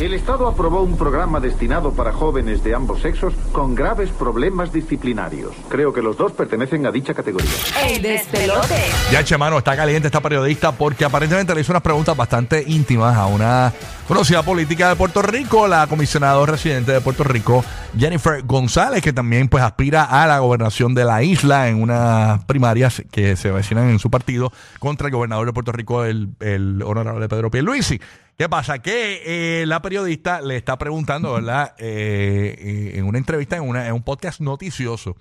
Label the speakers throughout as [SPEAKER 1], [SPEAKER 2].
[SPEAKER 1] El Estado aprobó un programa destinado para jóvenes de ambos sexos con graves problemas disciplinarios. Creo que los dos pertenecen a dicha categoría.
[SPEAKER 2] El despelote.
[SPEAKER 3] Ya, Chemano, está caliente esta periodista porque aparentemente le hizo unas preguntas bastante íntimas a una conocida política de Puerto Rico, la comisionada residente de Puerto Rico, Jennifer González, que también pues aspira a la gobernación de la isla en unas primarias que se vecinan en su partido contra el gobernador de Puerto Rico, el, el honorable Pedro Pierluisi. ¿Qué pasa? Que eh, la periodista le está preguntando, ¿verdad? Eh, eh, en una entrevista, en, una, en un podcast noticioso.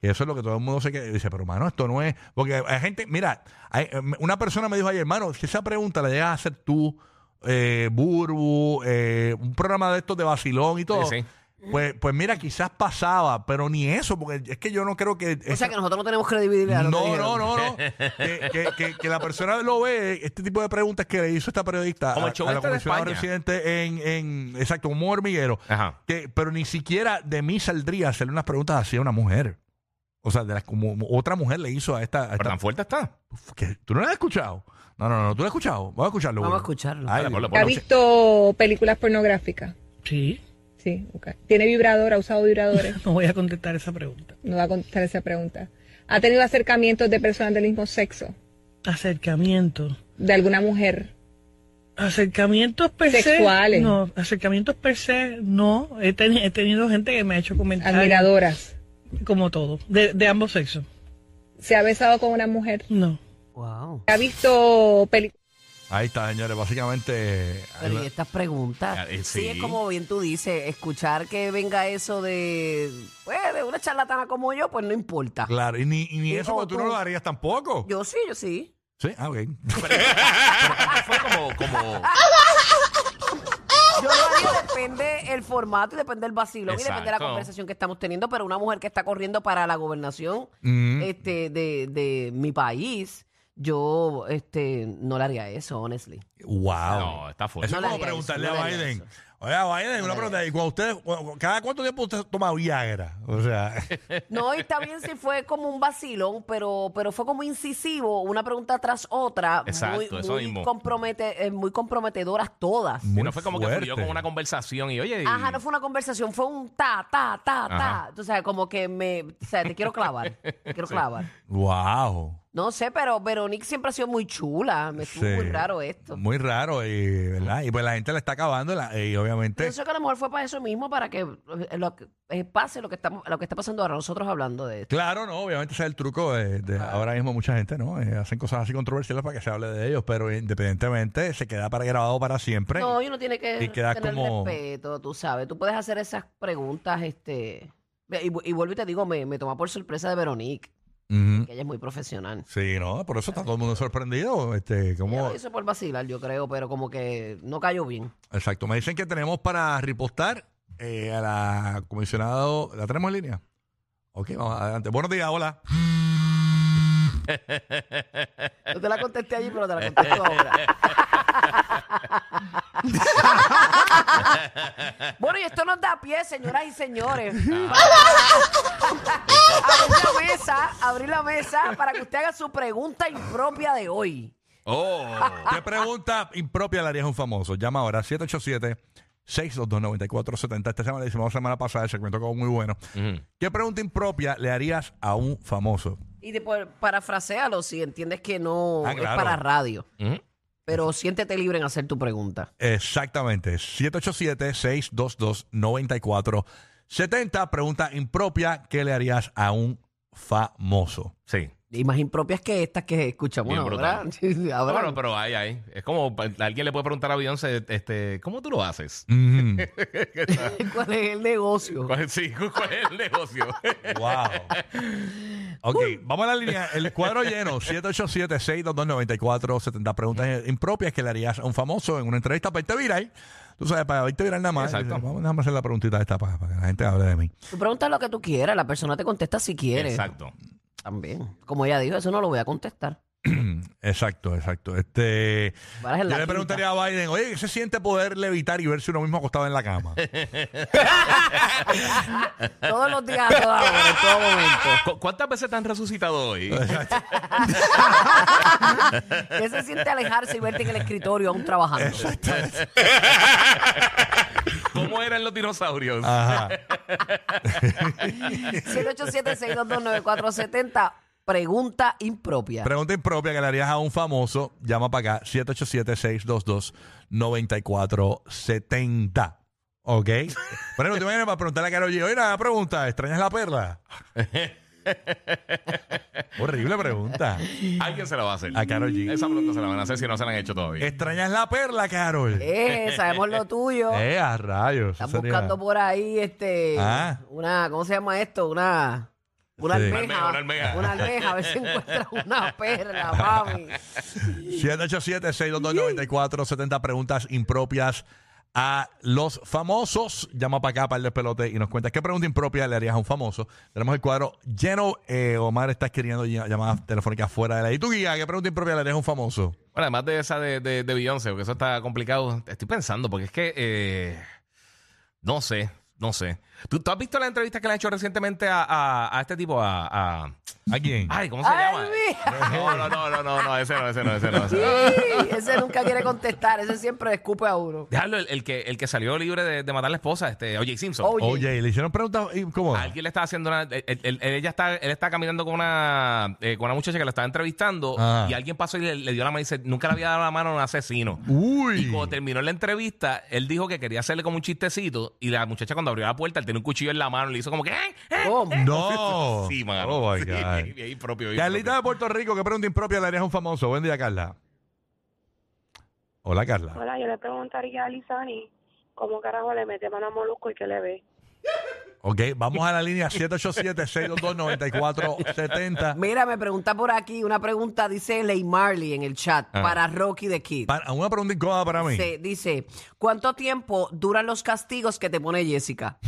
[SPEAKER 3] Y eso es lo que todo el mundo se que dice, pero hermano, esto no es. Porque hay gente, mira, hay- em, una persona me dijo ayer, hermano, si esa pregunta la llegas a hacer tú, eh, Burbu, eh, un programa de estos de vacilón y todo.
[SPEAKER 4] Sí, sí.
[SPEAKER 3] Pues, pues mira, quizás pasaba, pero ni eso, porque es que yo no creo que.
[SPEAKER 5] O sea que nosotros no tenemos credibilidad.
[SPEAKER 3] No,
[SPEAKER 5] ¿no te
[SPEAKER 3] no,
[SPEAKER 5] dijeron?
[SPEAKER 3] no, no. que, que- que- que la persona lo ve, este tipo de preguntas que le hizo esta periodista
[SPEAKER 4] Como
[SPEAKER 3] a,
[SPEAKER 4] el show
[SPEAKER 3] a la
[SPEAKER 4] este de
[SPEAKER 3] comisionada
[SPEAKER 4] España. Ah.
[SPEAKER 3] residente en, en- exacto, un hormiguero.
[SPEAKER 4] Ajá.
[SPEAKER 3] Que, pero ni siquiera de mí saldría hacerle unas preguntas así a una mujer. O sea, de las como otra mujer le hizo a esta. a
[SPEAKER 4] Pero
[SPEAKER 3] esta-
[SPEAKER 4] tan fuerte está.
[SPEAKER 3] ¿Qué? ¿Tú no la has escuchado? No, no, no, tú la has escuchado. Vamos a escucharlo.
[SPEAKER 5] Vamos a
[SPEAKER 3] Burbu.
[SPEAKER 5] escucharlo.
[SPEAKER 3] Ay,
[SPEAKER 4] Ponla,
[SPEAKER 3] Dios.
[SPEAKER 4] ponla,
[SPEAKER 6] ¿Ha
[SPEAKER 4] ponla.
[SPEAKER 6] visto películas pornográficas?
[SPEAKER 7] Sí,
[SPEAKER 6] Sí, ok. ¿Tiene vibrador? ¿Ha usado vibradores?
[SPEAKER 7] no voy a contestar esa pregunta.
[SPEAKER 6] No va a contestar esa pregunta. ¿Ha tenido acercamientos de personas del mismo sexo?
[SPEAKER 7] Acercamientos.
[SPEAKER 6] ¿De alguna mujer?
[SPEAKER 7] Acercamientos per se.
[SPEAKER 6] Sexuales.
[SPEAKER 7] No, acercamientos per se, no. He, teni- he tenido gente que me ha hecho comentarios.
[SPEAKER 6] ¿Admiradoras?
[SPEAKER 7] Como todo. De, de ambos sexos.
[SPEAKER 6] ¿Se ha besado con una mujer?
[SPEAKER 7] No.
[SPEAKER 5] Wow.
[SPEAKER 6] ¿Ha visto películas?
[SPEAKER 3] Ahí está, señores. Básicamente.
[SPEAKER 5] Pero y estas preguntas.
[SPEAKER 4] Eh,
[SPEAKER 5] Sí.
[SPEAKER 4] sí.
[SPEAKER 5] es como bien tú dices, escuchar que venga eso de, pues, de una charlatana como yo, pues no importa.
[SPEAKER 3] Claro, y ni, y ni
[SPEAKER 5] Y
[SPEAKER 3] eso,
[SPEAKER 5] o
[SPEAKER 3] porque tú no
[SPEAKER 5] tú.
[SPEAKER 3] lo harías tampoco.
[SPEAKER 5] oh, Yo sí, yo sí.
[SPEAKER 3] Sí, ah, ok.
[SPEAKER 4] Fue como, como.
[SPEAKER 5] Yo lo haría, depende el formato y depende el vacilo y depende de la
[SPEAKER 4] Exacto.
[SPEAKER 5] conversación que estamos teniendo, pero una mujer que está corriendo para la gobernación
[SPEAKER 3] Mm.
[SPEAKER 5] este, de, de mi país, yo este, no le haría eso, honestly.
[SPEAKER 3] Wow.
[SPEAKER 4] No, está fuerte.
[SPEAKER 3] Eso
[SPEAKER 5] Pues No le
[SPEAKER 3] es como
[SPEAKER 5] haría
[SPEAKER 3] preguntarle
[SPEAKER 5] eso, no
[SPEAKER 3] a
[SPEAKER 5] le haría
[SPEAKER 3] Biden.
[SPEAKER 5] eso.
[SPEAKER 3] Oye, a Biden, una pregunta. ¿Y cuando usted, cu- cada cuánto tiempo usted toma Viagra? O sea,
[SPEAKER 5] No, y está bien si fue como un vacilón, pero, pero fue como incisivo, una pregunta tras otra,
[SPEAKER 4] Exacto,
[SPEAKER 5] muy,
[SPEAKER 4] eso
[SPEAKER 5] muy
[SPEAKER 4] mismo.
[SPEAKER 5] compromete- eh, muy comprometedoras todas.
[SPEAKER 4] Si
[SPEAKER 3] muy
[SPEAKER 4] no fue como que fluyó
[SPEAKER 3] fuerte.
[SPEAKER 4] con una conversación y oye. y-
[SPEAKER 5] Ajá, no fue una conversación, fue un ta, ta, ta,
[SPEAKER 4] Ajá.
[SPEAKER 5] ta. Tú sabes, como que me, o sea, te quiero clavar, te quiero clavar.
[SPEAKER 3] Wow.
[SPEAKER 5] No sé, pero Veronique siempre ha sido muy chula, me estuvo
[SPEAKER 3] Sí.
[SPEAKER 5] muy raro esto.
[SPEAKER 4] Mm,
[SPEAKER 3] Muy raro, y, ¿verdad? Y pues la gente le está acabando, la- y obviamente.
[SPEAKER 5] Pienso que a lo mejor fue para eso mismo, para que eh, lo que- eh, pase lo que, estamos, lo que está pasando ahora, nosotros hablando de esto.
[SPEAKER 3] Claro, no, obviamente ese es el truco de, de
[SPEAKER 5] Ah.
[SPEAKER 3] ahora mismo mucha gente, ¿no? Eh, hacen cosas así controversiales para que se hable de ellos, pero independientemente se queda para grabado para siempre.
[SPEAKER 5] No, uno tiene que
[SPEAKER 3] Y queda
[SPEAKER 5] tener
[SPEAKER 3] como-
[SPEAKER 5] respeto, tú sabes. Tú puedes hacer esas preguntas, este... Y, vu- y vuelvo y te digo, me, me toma por sorpresa de Veronique,
[SPEAKER 3] Ujú.
[SPEAKER 5] que ella es muy profesional.
[SPEAKER 3] Sí, no, por eso está todo el mundo sorprendido. Este,
[SPEAKER 5] Ella
[SPEAKER 3] como,
[SPEAKER 5] lo hizo por vacilar, yo creo, pero como que no cayó bien.
[SPEAKER 3] Exacto. Me dicen que tenemos para repostar eh, a la comisionada. ¿La tenemos en línea? Ok, vamos adelante. Buenos días, hola.
[SPEAKER 5] Yo te la contesté allí, pero te la contesto ahora. bueno, y esto nos da pie, señoras y señores.
[SPEAKER 3] Ah.
[SPEAKER 5] abrir la mesa, abrir la mesa para que usted haga su pregunta impropia de hoy.
[SPEAKER 4] Oh.
[SPEAKER 3] ¿Qué pregunta impropia le harías a un famoso? Llama ahora 787-622-9470. Esta semana le hicimos la semana pasada, el segmento como muy bueno.
[SPEAKER 4] Ujú.
[SPEAKER 3] ¿Qué pregunta impropia le harías a un famoso?
[SPEAKER 5] Y después parafrasealo si entiendes que no
[SPEAKER 3] Ah, claro.
[SPEAKER 5] es para radio.
[SPEAKER 4] Ujú.
[SPEAKER 5] Pero siéntete libre en hacer tu pregunta.
[SPEAKER 3] Exactamente. 787-622-9470. Pregunta impropia que le harías a un famoso.
[SPEAKER 4] Sí.
[SPEAKER 5] Y más impropias que estas que escuchamos
[SPEAKER 4] Bien
[SPEAKER 5] ahora. Ahora-
[SPEAKER 4] Bueno, pero ahí, ahí. Es como pa- alguien le puede preguntar a Beyoncé, este, ¿cómo tú lo haces?
[SPEAKER 3] Mm.
[SPEAKER 5] ¿Cuál es el negocio?
[SPEAKER 4] ¿Cuál, sí, ¿cuál es el negocio?
[SPEAKER 3] Wow. Ok, vamos a la línea. El cuadro lleno, 787-622-9470. Preguntas impropias que le harías a un famoso en una entrevista para irte viral. Tú sabes, para irte viral nada más.
[SPEAKER 4] Exacto.
[SPEAKER 3] Vamos, déjame hacer la preguntita esta para, para que la gente hable de mí.
[SPEAKER 5] Tú preguntas lo que tú quieras, la persona te contesta si quiere.
[SPEAKER 4] Exacto.
[SPEAKER 5] También. Como ella dijo, eso no lo voy a contestar.
[SPEAKER 3] Exacto, exacto. Este,
[SPEAKER 5] Vas en la
[SPEAKER 3] yo le
[SPEAKER 5] quinta.
[SPEAKER 3] preguntaría a Biden, oye, ¿qué se siente poder levitar y verse uno mismo acostado en la cama?
[SPEAKER 5] Todos los días, a toda hora, en todo momento.
[SPEAKER 4] ¿Cu- ¿Cuántas veces te han resucitado hoy?
[SPEAKER 5] ¿Qué se siente alejarse y verte en el escritorio aún trabajando?
[SPEAKER 4] ¿Cómo eran los dinosaurios?
[SPEAKER 3] Ajá.
[SPEAKER 5] 787-622-9470. Pregunta impropia.
[SPEAKER 3] Pregunta impropia que le harías a un famoso. Llama para acá, 787-622-9470. ¿Ok? Bueno, te vienes para preguntarle a Karol G. Oye, una pregunta, ¿extrañas la perla? Horrible pregunta.
[SPEAKER 4] Alguien se la va a hacer.
[SPEAKER 3] A Karol G.
[SPEAKER 4] Esa pregunta se la van a hacer si no se la han hecho todavía.
[SPEAKER 3] ¿Extrañas la perla, Carol? Eh,
[SPEAKER 5] Eh, sabemos lo tuyo.
[SPEAKER 3] a rayos.
[SPEAKER 5] Están
[SPEAKER 3] Eh, eso sería-
[SPEAKER 5] buscando por ahí este
[SPEAKER 3] Ah.
[SPEAKER 5] una, ¿cómo se llama esto? Una una
[SPEAKER 3] Sí.
[SPEAKER 5] almeja,
[SPEAKER 4] Una almeja, una almeja.
[SPEAKER 5] almeja, a ver si encuentran una perla, mami.
[SPEAKER 3] 787-622-9470 preguntas impropias a los famosos. Llama para acá, para el pelote, y nos cuentas qué pregunta impropia le harías a un famoso. Tenemos el cuadro lleno. Eh, Omar está escribiendo ll- llamadas telefónicas fuera de la. ¿Y tu guía? ¿Qué pregunta impropia le harías a un famoso?
[SPEAKER 4] Bueno, además de esa de, de, de Beyoncé, porque eso está complicado, estoy pensando, porque es que eh, no sé, no sé. ¿Tú, tú has visto la entrevista que le han hecho recientemente a, a- a este tipo? A, a-
[SPEAKER 3] ¿A quién?
[SPEAKER 4] Ay, ¿cómo se
[SPEAKER 5] Ay,
[SPEAKER 4] llama?
[SPEAKER 5] mira.
[SPEAKER 4] No, no, no, no, no, no, ese no, ese no, ese no. ese no.
[SPEAKER 5] Sí, ese nunca quiere contestar, ese siempre escupe a uno.
[SPEAKER 4] Déjalo, el, el que, el que salió libre de, de matar a la esposa, este, OJ Simpson.
[SPEAKER 5] Oye.
[SPEAKER 3] Oye, ¿y le hicieron preguntas incómodas?
[SPEAKER 4] Alguien le estaba haciendo una. Él, él- él- ella está, él está caminando con una, eh, con una muchacha que la estaba entrevistando
[SPEAKER 3] Ah.
[SPEAKER 4] y alguien pasó y le, le dio la mano y dice: Nunca le había dado la mano a un asesino. Y
[SPEAKER 3] Uy.
[SPEAKER 4] cuando terminó la entrevista, él dijo que quería hacerle como un chistecito. Y la muchacha, cuando abrió la puerta, él tenía un cuchillo en la mano. Le hizo como que. "Eh, eh".
[SPEAKER 5] ¿Cómo?
[SPEAKER 3] No.
[SPEAKER 4] Sí, mano.
[SPEAKER 3] Oh, my
[SPEAKER 4] Sí,
[SPEAKER 3] God.
[SPEAKER 4] bien propio, bien
[SPEAKER 3] Carlita
[SPEAKER 4] propio.
[SPEAKER 3] de Puerto Rico, ¿qué pregunta impropia le harías a un famoso? Buen día, Carla. Hola, Carla.
[SPEAKER 2] Hola, yo le preguntaría a Lizani cómo carajo le mete mano a Molusco y qué le ve.
[SPEAKER 3] Ok, vamos a la línea 787-622-9470.
[SPEAKER 5] Mira, me pregunta por aquí una pregunta, dice Ley Marley en el chat, para Rocky the Kid.
[SPEAKER 3] Ah. Para- una pregunta incómoda para mí.
[SPEAKER 5] Dice, dice, ¿cuánto tiempo duran los castigos que te pone Jessica?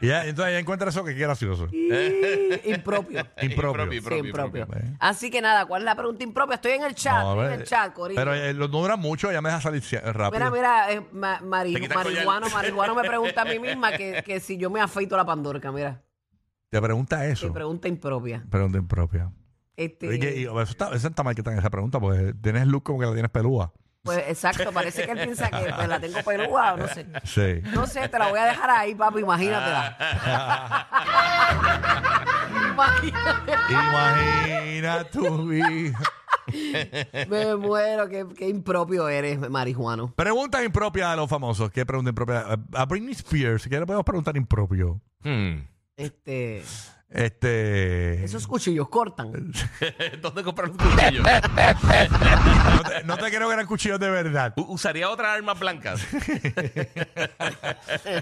[SPEAKER 3] Y ya, entonces ya encuentra eso que qué gracioso.
[SPEAKER 5] Eh, Impropio.
[SPEAKER 3] Impropio.
[SPEAKER 4] Impropio.
[SPEAKER 5] Sí, impropio.
[SPEAKER 3] impropio.
[SPEAKER 5] Así que nada, ¿cuál es la pregunta impropia? Estoy en el chat,
[SPEAKER 3] No,
[SPEAKER 5] estoy en
[SPEAKER 3] eh,
[SPEAKER 5] el chat, Corillo.
[SPEAKER 3] Pero eh, los no duran mucho, ya me deja salir ci- rápido.
[SPEAKER 5] Mira, mira, eh, ma- mari-
[SPEAKER 4] Te quita el collar.
[SPEAKER 5] marihuano, marihuano me pregunta a mí misma que, que si yo me afeito la pandorca, mira.
[SPEAKER 3] Te pregunta
[SPEAKER 5] Qué
[SPEAKER 3] eso.
[SPEAKER 5] pregunta impropia.
[SPEAKER 3] pregunta impropia.
[SPEAKER 5] Este,
[SPEAKER 3] Y que- y eso, está, eso está mal que tengan esa pregunta, porque tienes luz como que la tienes pelúa.
[SPEAKER 5] pues exacto, parece que él piensa que pues, la tengo peluda o no sé.
[SPEAKER 3] Sí.
[SPEAKER 5] No sé, te la voy a dejar ahí, papi, imagínatela.
[SPEAKER 3] Ah.
[SPEAKER 5] Imagínate.
[SPEAKER 3] Imagina tu vida.
[SPEAKER 5] Me muero, qué, qué impropio eres, marihuano.
[SPEAKER 3] Preguntas impropias a los famosos. ¿Qué pregunta impropia? A- A Britney Spears, ¿qué le podemos preguntar impropio?
[SPEAKER 4] Hmm.
[SPEAKER 5] Este,
[SPEAKER 3] Este.
[SPEAKER 5] esos cuchillos cortan.
[SPEAKER 4] ¿Dónde comprar un cuchillo?
[SPEAKER 3] No te, no te creo que eran cuchillos de verdad.
[SPEAKER 4] U- Usaría otras armas blancas.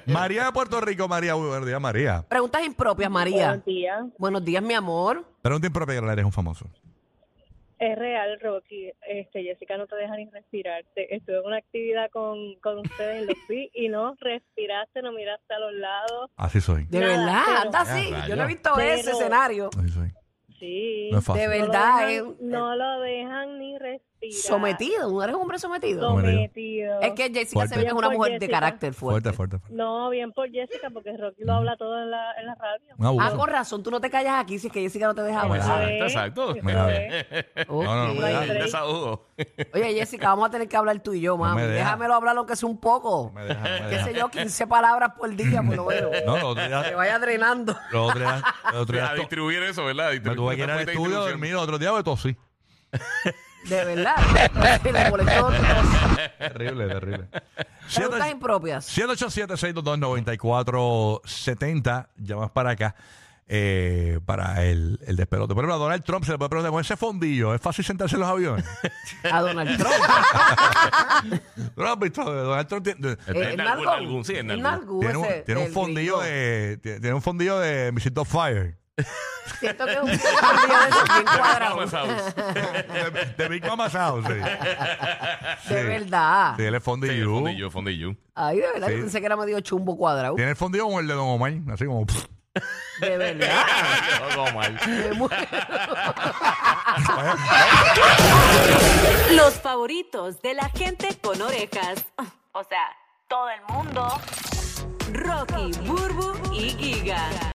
[SPEAKER 3] María de Puerto Rico, María, muy buenos días, María.
[SPEAKER 5] Preguntas impropias, María.
[SPEAKER 2] Buenos días.
[SPEAKER 5] Buenos días, mi amor.
[SPEAKER 3] Pregunta impropia que le harías a un famoso.
[SPEAKER 2] Es real, Rocky. Este, Jessica no te deja ni respirar. Te- estuve en una actividad con, con ustedes, los vi, y no respiraste, no miraste a los lados.
[SPEAKER 3] Así soy.
[SPEAKER 5] De
[SPEAKER 2] Nada,
[SPEAKER 5] verdad,
[SPEAKER 2] pero-
[SPEAKER 5] anda así.
[SPEAKER 4] Ah,
[SPEAKER 5] Yo no he
[SPEAKER 4] rayos.
[SPEAKER 5] visto
[SPEAKER 2] Pero-
[SPEAKER 5] ese escenario.
[SPEAKER 3] Así soy.
[SPEAKER 2] Sí.
[SPEAKER 3] No es fácil.
[SPEAKER 5] De
[SPEAKER 2] No lo
[SPEAKER 5] verdad,
[SPEAKER 2] dejan-
[SPEAKER 5] es-
[SPEAKER 2] no lo dejan ni respirar.
[SPEAKER 5] Sometido, ¿no eres un hombre sometido?
[SPEAKER 3] No.
[SPEAKER 2] Sometido.
[SPEAKER 5] Es que Jessica
[SPEAKER 3] Fuerte.
[SPEAKER 5] se ve que es una
[SPEAKER 2] Bien por
[SPEAKER 5] mujer de
[SPEAKER 2] Jessica.
[SPEAKER 5] carácter fuerte.
[SPEAKER 3] Fuerte, fuerte, fuerte.
[SPEAKER 2] No, bien por Jessica, porque Rocky
[SPEAKER 5] Mm.
[SPEAKER 2] lo habla todo en la, en la radio.
[SPEAKER 3] Un abuso.
[SPEAKER 5] Ah, con razón, tú no te callas aquí si es que Jessica no te deja
[SPEAKER 3] Bueno,
[SPEAKER 5] hablar.
[SPEAKER 4] Exacto, exacto.
[SPEAKER 3] Mira,
[SPEAKER 5] Ok.
[SPEAKER 3] No, no, no,
[SPEAKER 4] Ah,
[SPEAKER 3] mira.
[SPEAKER 4] un desahogo.
[SPEAKER 5] Oye, Jessica, vamos a tener que hablar tú y yo, mami.
[SPEAKER 3] me deja.
[SPEAKER 5] Déjamelo hablar aunque sea un poco.
[SPEAKER 3] me deja, no me
[SPEAKER 5] Qué
[SPEAKER 3] deja.
[SPEAKER 5] sé yo, 15 palabras por día, por lo menos.
[SPEAKER 3] No, lo otro día.
[SPEAKER 5] Que vaya drenando.
[SPEAKER 3] Lo otro día. Lo otro día
[SPEAKER 4] A
[SPEAKER 3] to-
[SPEAKER 4] distribuir eso, ¿verdad?
[SPEAKER 3] me
[SPEAKER 4] Distribuir
[SPEAKER 3] tuve que ir al
[SPEAKER 4] fuente de
[SPEAKER 3] estudio a dormir.
[SPEAKER 4] distribución.
[SPEAKER 3] Otro día de tosí.
[SPEAKER 5] De verdad. Le molestó.
[SPEAKER 3] Terrible, terrible.
[SPEAKER 5] Preguntas impropias.
[SPEAKER 3] 787-622-9470. Llamas para acá. eh, para el, el despelote. Por ejemplo, a Donald Trump se le puede preguntar con ese fondillo. ¿Es fácil sentarse en los aviones?
[SPEAKER 5] A Donald Trump.
[SPEAKER 3] ¿No lo has visto? Donald Trump tiene,
[SPEAKER 5] Eh,
[SPEAKER 4] En algún, algún, sí, en
[SPEAKER 5] el nalgón
[SPEAKER 4] algún.
[SPEAKER 3] tiene, un,
[SPEAKER 5] ese
[SPEAKER 3] tiene un
[SPEAKER 5] del
[SPEAKER 3] fondillo
[SPEAKER 5] gringo.
[SPEAKER 3] de. Tiene un fondillo de Mr. Fire.
[SPEAKER 5] Siento que es un poco perdido de esos bien cuadrado.
[SPEAKER 4] Vamos, House.
[SPEAKER 3] De de Big Mama Sound, sí.
[SPEAKER 5] De
[SPEAKER 3] Sí.
[SPEAKER 5] verdad.
[SPEAKER 3] Sí, él es
[SPEAKER 4] Sí,
[SPEAKER 3] fondillo.
[SPEAKER 4] fondillo, fondillo.
[SPEAKER 5] Ay, de verdad,
[SPEAKER 3] Sí.
[SPEAKER 5] yo pensé que era medio chumbo cuadrado.
[SPEAKER 3] Tiene el fondillo como el de Don Omar, así como... pff.
[SPEAKER 5] De verdad.
[SPEAKER 4] Todo mal.
[SPEAKER 5] Me muero.
[SPEAKER 2] Los favoritos de la gente con orejas. O sea, todo el mundo. Rocky, Burbu y Giga.